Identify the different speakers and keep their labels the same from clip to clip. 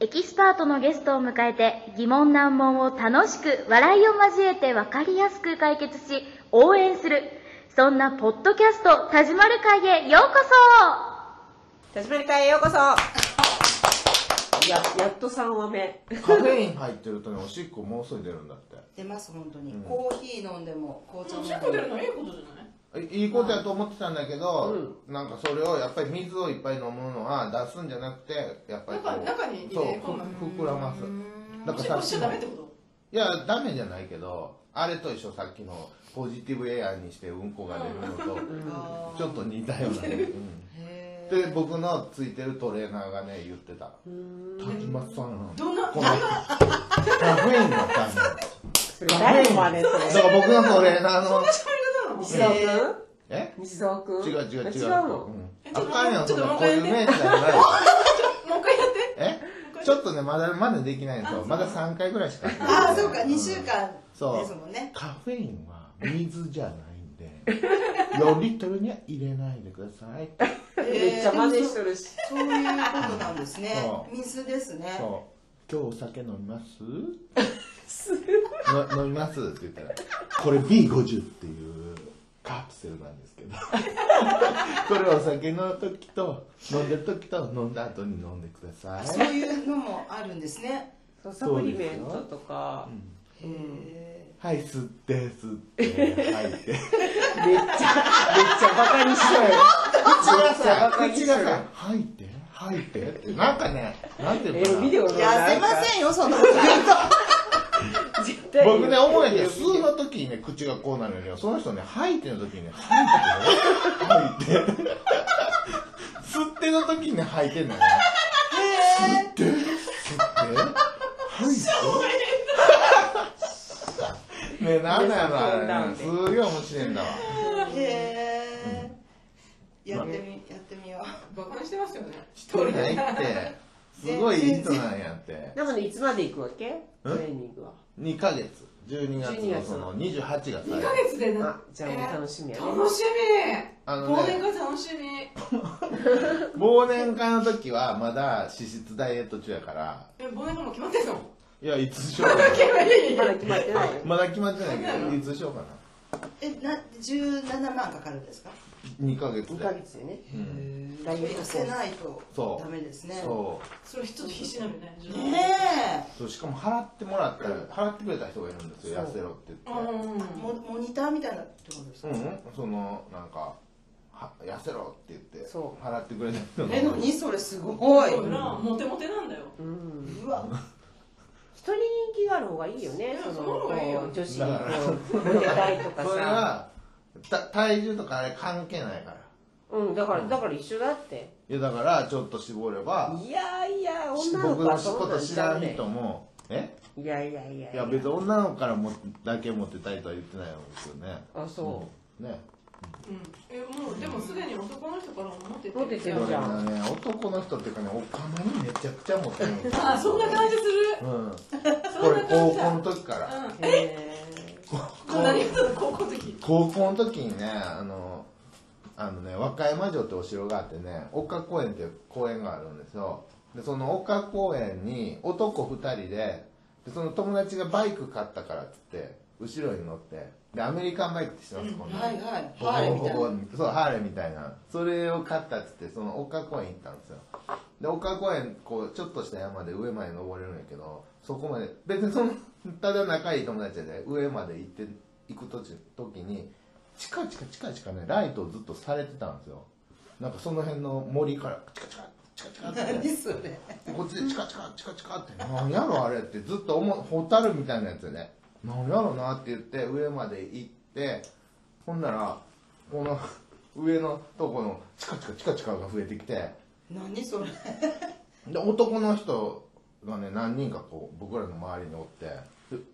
Speaker 1: エキスパートのゲストを迎えて疑問難問を楽しく笑いを交えて分かりやすく解決し応援するそんなポッドキャスト「田島る会」へようこ
Speaker 2: 田島理会へようこそややっと3話目
Speaker 3: カフェイン入ってるとねおしっこもうすぐ出るんだって
Speaker 4: 出ます本当に、
Speaker 3: うん
Speaker 4: コーヒー飲んでも紅茶
Speaker 5: お
Speaker 4: 飲ん
Speaker 5: し
Speaker 4: で
Speaker 5: っ
Speaker 4: も
Speaker 5: こ出るのはいいことじゃない
Speaker 3: えいいことやと思ってたんだけど、なんかそれをやっぱり水をいっぱい飲むのは出すんじゃなくてやっぱりこう
Speaker 5: 中中に入
Speaker 3: そう
Speaker 5: れ込む
Speaker 3: ふ膨らますだ
Speaker 5: おしっ
Speaker 3: から
Speaker 5: こしち
Speaker 3: さ
Speaker 5: ゃ
Speaker 3: っきの
Speaker 5: ダメってこ
Speaker 3: いやダメじゃないけどあれと一緒さっきのポジティブエアにしてうんこが出るのと、
Speaker 4: あー
Speaker 3: ちょっと似たような ね、
Speaker 4: へ
Speaker 3: うんで僕のついてるトレーナーがね言ってた田島さん
Speaker 5: とどんな
Speaker 3: このカフェインの感じ
Speaker 2: それ誰の真似
Speaker 3: だ
Speaker 2: そ
Speaker 3: か
Speaker 2: れ
Speaker 3: ら僕のトレーナーの
Speaker 2: 西澤君
Speaker 3: え
Speaker 2: 西澤君
Speaker 3: 違う違う違う
Speaker 2: 違うの
Speaker 3: う
Speaker 5: え
Speaker 3: ん、あ
Speaker 5: ちょっと
Speaker 3: かんよそ
Speaker 5: ちょ
Speaker 3: ん
Speaker 5: っと
Speaker 3: なこう
Speaker 5: もう一回
Speaker 3: いう面じゃない
Speaker 5: もう一回やって
Speaker 3: えちょっとねまだまだできないんですよまだ3回ぐらいしか
Speaker 4: ああそうか2週間
Speaker 3: そう
Speaker 4: ですもんね
Speaker 3: カフェインは水じゃないんで4リットルには入れないでください
Speaker 2: めっちゃ真似し
Speaker 4: る
Speaker 2: とるし
Speaker 4: そういうことなんですね
Speaker 3: そ
Speaker 4: 水ですね
Speaker 3: そう今日お酒飲みますの飲みますって言ったらこれ B50 っていうカプセルなんです けどこれお酒の時と飲んでる時と飲んだ後に飲んでください
Speaker 4: そういうのもあるんですね
Speaker 2: そうサプリメントとか
Speaker 4: へ
Speaker 3: はい、吸って、吸って、吐いて。
Speaker 2: めっちゃめっちゃバカにしとる
Speaker 3: 口が
Speaker 2: さ
Speaker 3: さ、口がさ、吐いて、吐いてって。なんかね、なんてい
Speaker 2: え
Speaker 3: うのか
Speaker 2: ビデオ
Speaker 4: え
Speaker 2: の
Speaker 4: いや
Speaker 2: な
Speaker 4: せ
Speaker 2: ん
Speaker 4: ま
Speaker 2: か
Speaker 4: せんよそんなこと言うと
Speaker 2: 絶対
Speaker 3: 僕ね、思うんやけど、吸うの時にね、口がこうなるのよ。その人ね、吐いての時にね、吐いてね、吐いて。吸っての時にね、吐いてんのよね。吸って、吸って、吐いて。ね、なんだよな、あれね。すげえ面白いんだわ。
Speaker 4: へえやってみやってみよう
Speaker 5: バカにしてますよね
Speaker 3: 一人で行って、すごいいい人なんやって。
Speaker 2: でもねいつまで行くわけトレーニングは
Speaker 3: 2ヶ月12月のその28が最
Speaker 5: 2
Speaker 3: 後
Speaker 5: ヶ月でな
Speaker 2: あじゃあもう楽しみやね
Speaker 5: 楽しみ
Speaker 3: あのね
Speaker 5: 忘年会楽しみ
Speaker 3: 忘年会の時はまだ脂質ダイエット中やから
Speaker 5: え忘年会もう決まってんの
Speaker 3: いやいつしようかな
Speaker 2: まだ決まってない
Speaker 3: まだ決まってないけ どいつしようかな
Speaker 4: えな17万かかるんですか
Speaker 3: 2ヶ月
Speaker 2: 2
Speaker 3: で
Speaker 2: ヶ月でね
Speaker 3: うん
Speaker 2: ダイエット
Speaker 4: 痩
Speaker 2: コー
Speaker 4: せ
Speaker 2: ス
Speaker 4: ないと
Speaker 3: そう
Speaker 4: ダメですね
Speaker 3: そ
Speaker 5: それちょっと必死なのよね自
Speaker 4: ね
Speaker 5: 分
Speaker 4: え
Speaker 3: うそうしかも払ってもらったら払ってくれた人がいるんですよ
Speaker 2: そう
Speaker 3: 痩せろって言って
Speaker 5: うん
Speaker 4: モモニターみたいなってことです
Speaker 3: う
Speaker 4: か、
Speaker 3: うんそのなんかは痩せろって言って
Speaker 2: そう
Speaker 3: 払ってくれた人が
Speaker 4: え何それすごい
Speaker 5: だからモテモテなんだよ
Speaker 2: うん
Speaker 4: うわ
Speaker 2: 人に人気がある方がいいよね、
Speaker 5: そ
Speaker 2: そうの
Speaker 5: その方がいいよ
Speaker 2: こう女子にこうモテたいとか
Speaker 3: それ
Speaker 2: さ、
Speaker 3: はた体重とかあれ関係ないから
Speaker 2: うん、だからだから一緒だって。
Speaker 3: いやだからちょっと絞れば
Speaker 2: いやいや、女の
Speaker 3: 僕
Speaker 2: 子は
Speaker 3: の
Speaker 2: そ
Speaker 3: こ
Speaker 2: んな
Speaker 3: と
Speaker 2: ん
Speaker 3: 知
Speaker 2: ちゃ
Speaker 3: ら
Speaker 2: うんね
Speaker 3: 人。もえ
Speaker 2: いやいやいや
Speaker 3: いや別に女の子からもだけモテたいとは言ってないわけですよね
Speaker 2: あ、そ
Speaker 3: ね
Speaker 5: うんえもうでもすでに男の人からもモテて
Speaker 2: モテて
Speaker 3: だ
Speaker 2: るじゃん
Speaker 3: からね男の人っていうかねお金にめちゃくちゃモテるんですよ
Speaker 5: あそんな感じする
Speaker 3: うん
Speaker 5: そ
Speaker 3: こ
Speaker 5: ん
Speaker 3: れ
Speaker 5: な
Speaker 3: 高校
Speaker 5: 感じだ
Speaker 3: の時から
Speaker 5: うん
Speaker 2: う。へ
Speaker 5: こんなに言ったの高校の時
Speaker 3: 高校の時にねあのあのね和歌山城ってお城があってね岡公園っていう公園があるんですよでその岡公園に男2人ででその友達がバイク買ったからっつって後ろに乗ってでアメリカンバイクって知ってますこんな
Speaker 4: はいはいハーレーみたいな
Speaker 3: そうハーレーみたいなそれを買ったっつってその岡公園行ったんですよで岡公園こうちょっとした山で上まで登れるんやけどそこまで別にそのただ仲いい友達やで上まで行って行く途中時にチカチカチカチカねライトをずっとされてたんですよなんかその辺の森からチカチカチカチカって
Speaker 4: 何それ
Speaker 3: こっちでチカチカチカチカって 何やろあれってずっと思うホタルみたいなやつでね何やろなって言って上まで行ってほんならこの 上のとこのチカチカチカチカが増えてきて
Speaker 4: 何それ
Speaker 3: で男の人がね何人かこう僕らの周りにおって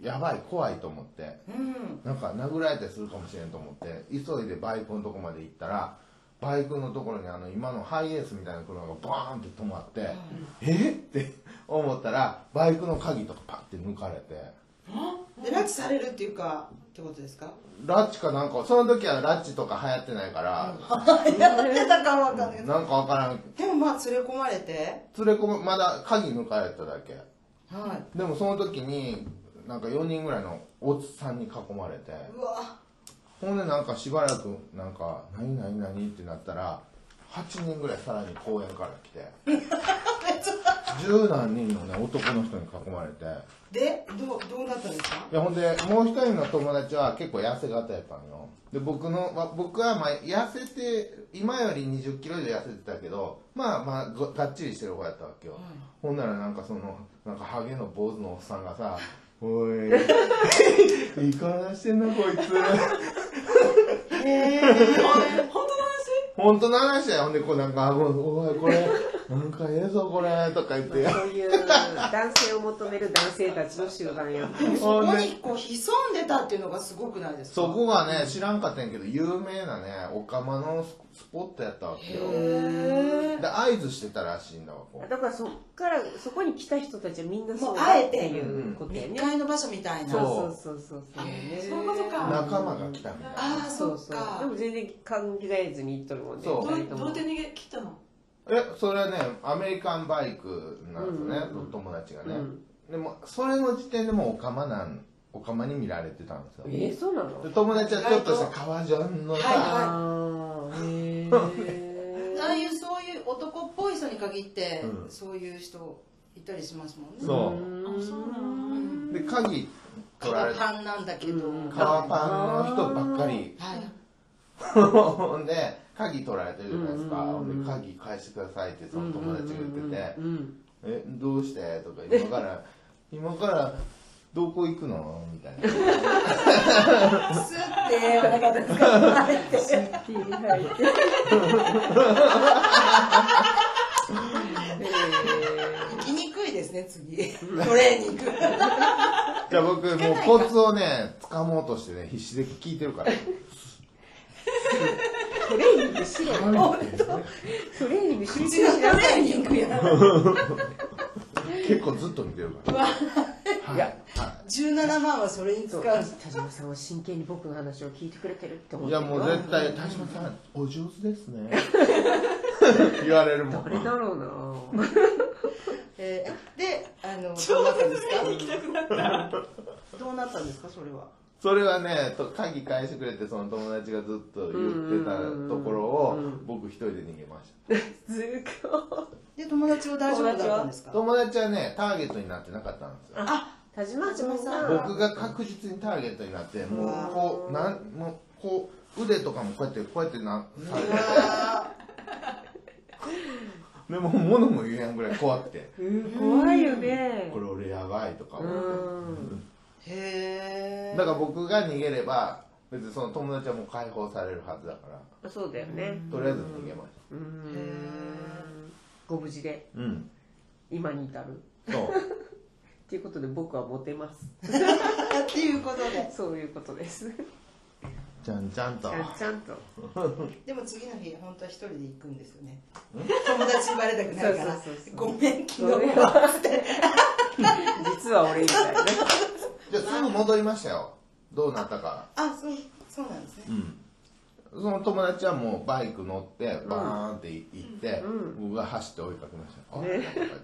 Speaker 3: でやばい怖いと思って
Speaker 4: うん
Speaker 3: なんか殴られたりするかもしれんと思って急いでバイクのとこまで行ったらバイクのところにあの今のハイエースみたいな車がバーンって止まって、えっって思ったらバイクの鍵とかパッて抜かれて
Speaker 5: あ
Speaker 4: で拉致されるっていうかってことですか
Speaker 3: ラッチかなんかその時はラッチとか流行ってないから、
Speaker 4: やってたかわかんないけど
Speaker 3: なんかわからん
Speaker 4: でもまあ連れ込まれて
Speaker 3: 連れ込むまだ鍵抜かれただけ
Speaker 4: は
Speaker 3: でもその時になんか4人ぐらいのおつさんに囲まれて
Speaker 4: いうわ
Speaker 3: ほんでなんかしばらくなんか「何何何?」ってなったら8人ぐらいさらに公園から来て十何人のね男の人に囲まれて
Speaker 4: でどうどうなったんですか
Speaker 3: いやほんでもう一人の友達は結構痩せ型やったのよで僕のわ僕はまあ痩せて今より2 0キロ以上痩せてたけどまあまあごがっちりしてる方やったわけよ、ほんならなんかそのなんかハゲの坊主のおっさんがさ「おいいい体してんなこいつ」
Speaker 5: 本当の話
Speaker 3: 本当の話だよほんでこうなんか「もうおいこれなんかええぞこれ」とか言って
Speaker 2: そういう男性を求める男性たちの集団や
Speaker 4: でもそこにこう潜んでたっていうのがすごくないですか
Speaker 3: そこがね知らんかったんやけど有名なねオカマのススポットやったわけよで合図してたらしいんだわこう
Speaker 2: だからそっからそこに来た人たちはみんなそう
Speaker 4: もうあ
Speaker 2: だ
Speaker 4: え
Speaker 2: ってていうことやね
Speaker 4: 密会の場所みたいな
Speaker 2: そうそ
Speaker 3: そう
Speaker 2: うそうそう
Speaker 5: え
Speaker 2: ね
Speaker 5: そういうことか
Speaker 3: 仲間が来たみたいな
Speaker 4: ああそっか
Speaker 2: でも全然考えずに行っとるもんね
Speaker 3: そう
Speaker 2: 二人と
Speaker 5: ど
Speaker 2: も
Speaker 5: うどうやって逃げ切ったの
Speaker 3: えそれはねアメリカンバイクなんですよね、
Speaker 2: うんうんうん
Speaker 3: 友達がね、
Speaker 2: うん
Speaker 3: でもそれの時点でもうオカマなんオカマに見られてたんですよ
Speaker 2: え
Speaker 3: で
Speaker 2: ーそうなの
Speaker 3: 友達はちょっとした革ジャンのさ、
Speaker 4: はいはい
Speaker 2: ああへえ
Speaker 4: ああいうそういう男っぽい人に限って、
Speaker 3: うん
Speaker 4: そういう人いたりしますもんね
Speaker 3: そう
Speaker 5: あそうなの
Speaker 3: で鍵取られて
Speaker 4: パンなんだけど、
Speaker 2: うん
Speaker 3: 革パンの人ばっ かり
Speaker 4: はい
Speaker 3: ほんで鍵取られてるじゃないですか、
Speaker 2: うんうんうん
Speaker 3: ほんで鍵返してくださいってその友達が言ってて「
Speaker 2: うんうん
Speaker 3: えどうして?」とか今から「今からどこ行くの?」みたいな
Speaker 4: スッてお腹で使われて
Speaker 2: うんはい
Speaker 4: 行きにくいですね 次 トレーニング
Speaker 3: じゃあ僕もうコツをね掴もうとしてね必死で聞いてるから
Speaker 2: トレーニングしろよトレーニング集中しな
Speaker 4: ト
Speaker 2: さい
Speaker 4: レーニングや
Speaker 3: 結構ずっと見てるからはいい、
Speaker 2: や
Speaker 3: は
Speaker 4: 17万はそれに使
Speaker 2: そうう
Speaker 4: は
Speaker 2: 田島さんは真剣に僕の話を聞いてくれてるって思
Speaker 3: い、
Speaker 2: っ
Speaker 3: い
Speaker 2: て
Speaker 3: や
Speaker 2: る
Speaker 3: もう絶対「田島さんお上手ですね」言われるもん
Speaker 2: あれだろうな
Speaker 4: えーであのどうなったんですか
Speaker 5: 行きたくなった
Speaker 4: どうなったんですかそれは
Speaker 3: それはねと鍵返してくれってその友達がずっと言ってたところを僕一人で逃げました
Speaker 2: すご
Speaker 4: で友達は大丈夫だったんですか
Speaker 3: 友達はねターゲットになってなかったんですよ
Speaker 4: あ
Speaker 2: い田島さんさん
Speaker 3: 僕が確実にターゲットになってもうこうなんもうこう腕とかもこうやってこうやってなされてでも物も言えんぐらい怖くて
Speaker 2: うん怖いよね
Speaker 3: これ俺やばいとか
Speaker 2: う
Speaker 3: 思っ
Speaker 2: ん
Speaker 4: へ
Speaker 3: て
Speaker 4: え
Speaker 3: だから僕が逃げれば別にその友達はもう解放されるはずだから
Speaker 2: そうだよね
Speaker 3: とりあえず逃げまし
Speaker 2: うんご無事で
Speaker 3: たうん
Speaker 2: 今に至る
Speaker 3: そう
Speaker 2: っていうことで僕はモテます
Speaker 4: っていうことで
Speaker 2: そういうことです
Speaker 3: じゃんじゃん
Speaker 2: ち
Speaker 3: と
Speaker 2: ゃんちゃんと
Speaker 4: でも次の日本当は一人で行くんですよね友達にバレたくないから
Speaker 2: そうそうそうそう
Speaker 4: ごめん昨
Speaker 2: ごめん
Speaker 4: 日はつって
Speaker 2: 実は俺みたいな
Speaker 3: じゃあすぐ戻りましたよどうなったか
Speaker 4: あそうそうなんですね
Speaker 3: うんその友達はもうバイク乗ってバーンってい行って、僕が走って追いかけました、あとか言って
Speaker 4: へ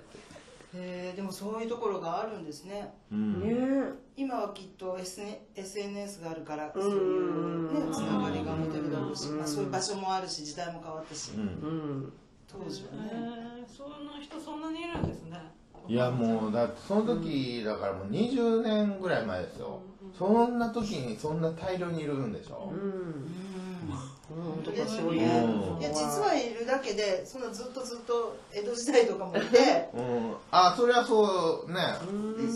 Speaker 4: えでもそういうところがあるんですね
Speaker 3: うん
Speaker 2: ね
Speaker 4: 今はきっと SN SNS があるから
Speaker 2: うん
Speaker 4: そういうね
Speaker 2: うん
Speaker 4: つながりが持てるだろうし、
Speaker 2: うん
Speaker 4: まあ、そういう場所もあるし時代も変わったし、
Speaker 3: うん
Speaker 2: うん
Speaker 4: 当時は
Speaker 5: へ
Speaker 4: ね
Speaker 5: ーそんな人そんなにいるんですね
Speaker 3: いやもうだってその時だからもう20年ぐらい前ですよ、そんな時にそんな大量にいるんでしょ
Speaker 2: う、ん
Speaker 4: 本当ですよ
Speaker 2: うん
Speaker 4: ねいや実はいるだけでそんなずっとずっと江戸時代とかもいて
Speaker 3: うん、あそれはそうね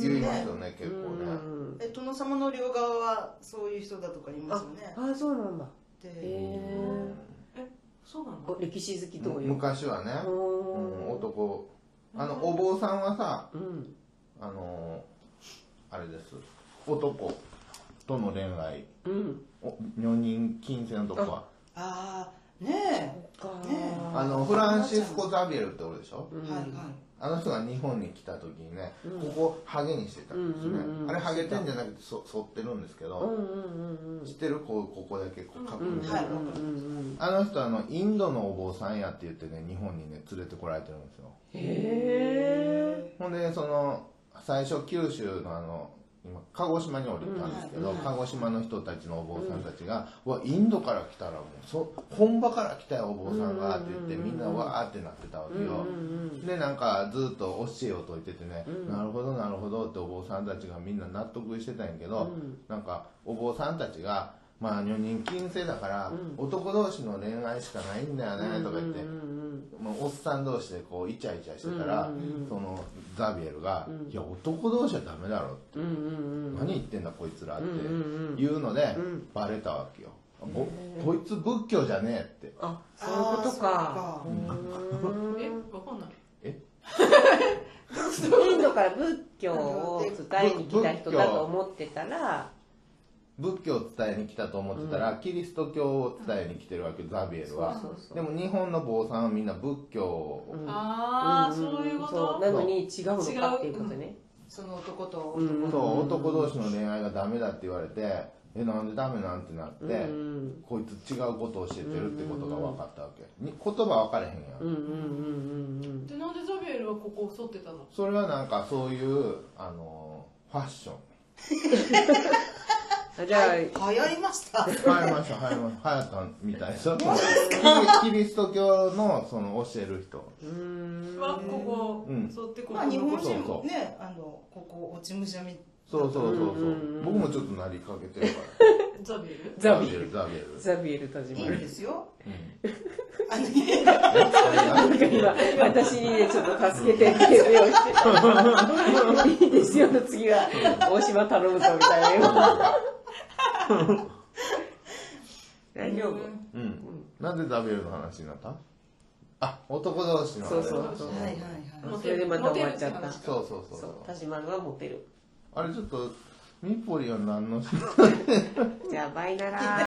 Speaker 3: 言いますよね結構
Speaker 2: う
Speaker 3: ね、
Speaker 2: ん
Speaker 4: え殿様の両側はそういう人だとかいますよね
Speaker 2: ああそうなんだ
Speaker 4: で
Speaker 2: へえ
Speaker 5: えそうなの
Speaker 2: お歴史好き同様
Speaker 3: 昔はね、
Speaker 2: お
Speaker 3: うん、
Speaker 2: ー
Speaker 3: 男あのお坊さんはさ
Speaker 2: うん
Speaker 3: あのーあれです男との恋愛
Speaker 2: うん
Speaker 3: お女人禁制のとこは
Speaker 4: ああねえねえ
Speaker 3: あのフランシスコ・ザビエルっておるでしょ、
Speaker 2: うん
Speaker 4: はいはい
Speaker 3: あの人が日本に来た時にね、ここハゲにしてたんですね、
Speaker 2: うんうんうん
Speaker 3: あれハゲてんじゃなくてそ剃ってるんですけ
Speaker 2: うん
Speaker 3: ど、
Speaker 2: うんうんうん
Speaker 3: 知ってるこうここだけこうカップ
Speaker 2: うん
Speaker 3: み
Speaker 2: うん
Speaker 3: たいな
Speaker 4: は
Speaker 3: い
Speaker 2: うんうん
Speaker 3: あの人あのインドのお坊さんやって言ってね日本にね連れてこられてるんですよ
Speaker 2: へ
Speaker 3: ほんでその最初九州のあの今鹿児島に降りたんですけど、鹿児島の人たちのお坊さんたちが「うわインドから来たらもうそ本場から来たよお坊さんが」って言ってみんなわーってなってたわけよ。でなんかずっと教えを説いててね、なるほどなるほどってお坊さんたちがみんな納得してたんやけど、なんかお坊さんたちが「まあ女人禁制だから、男同士の恋愛しかないんだよね」とか言って、
Speaker 2: うんうん
Speaker 3: まあ、おっさん同士でこうイチャイチャしてたら、そのザビエルが「いや男同士はダメだろ」って、
Speaker 2: うんうん
Speaker 3: 何言ってんだこいつら」って
Speaker 2: うんうんうん
Speaker 3: 言うので、バレたわけよ、ここいつ仏教じゃねえって
Speaker 2: あそういうことか
Speaker 4: あー
Speaker 5: え、わかんない。
Speaker 2: インドから仏教を伝えに来た人だと思ってたら
Speaker 3: 仏教を伝えに来たと思ってたら、キリスト教を伝えに来てるわけよザビエルは
Speaker 2: そうそうそう
Speaker 3: でも日本の坊さんはみんな仏教を、
Speaker 5: ああ、
Speaker 2: んん
Speaker 5: そういうこ
Speaker 2: そ
Speaker 5: と
Speaker 2: う。なのに違うのかっていうことね
Speaker 4: その男と
Speaker 2: う
Speaker 4: 男
Speaker 2: ん
Speaker 3: そう男同士の恋愛がダメだって言われてえなんでダメなんてなって、
Speaker 2: うん
Speaker 3: こいつ違うことを教えてるってことが分かったわけ、に言葉分かれへんやん、
Speaker 2: うんうんうんうんうん
Speaker 5: で、なんでザビエルはここを剃ってたの
Speaker 3: それはなんかそういうあのファッション
Speaker 2: あじゃあ、
Speaker 4: 流行り ました
Speaker 3: 流行りました流行りました流行ったみたいですよキリキリスト教のその教える人
Speaker 2: うーん
Speaker 5: は、こ
Speaker 3: うん
Speaker 5: こ、剃ってこ
Speaker 4: まあ日本
Speaker 5: こ。
Speaker 4: 人
Speaker 3: そうそ
Speaker 4: も
Speaker 3: う
Speaker 4: ねあのここ落ち武者み
Speaker 3: そうそうそうそう
Speaker 2: うんうんうん
Speaker 3: 僕もちょっとなりかけてるから
Speaker 5: ザビエル
Speaker 2: ザビエ
Speaker 3: ルザビエル
Speaker 2: ザビエル田
Speaker 4: いい
Speaker 2: 島
Speaker 4: んですよあの
Speaker 3: えそれ
Speaker 2: 今
Speaker 3: が
Speaker 2: 私にねちょっと助けてっていう目をして「いいですよ」の次は「大島頼むぞ」みたいな大丈夫
Speaker 3: うんなんでザビエルの話になったあ男同士の話
Speaker 2: そうそうそう
Speaker 4: はいはいはい
Speaker 5: モ
Speaker 2: そ
Speaker 5: テ
Speaker 2: れで
Speaker 5: る
Speaker 2: また終わっちゃっ
Speaker 5: モテる
Speaker 2: た
Speaker 5: て話か
Speaker 3: そうそうそ
Speaker 2: そ
Speaker 3: うそうう
Speaker 2: 田島がモテる
Speaker 3: あれちょっとミポリは何の人
Speaker 2: じゃあバイなら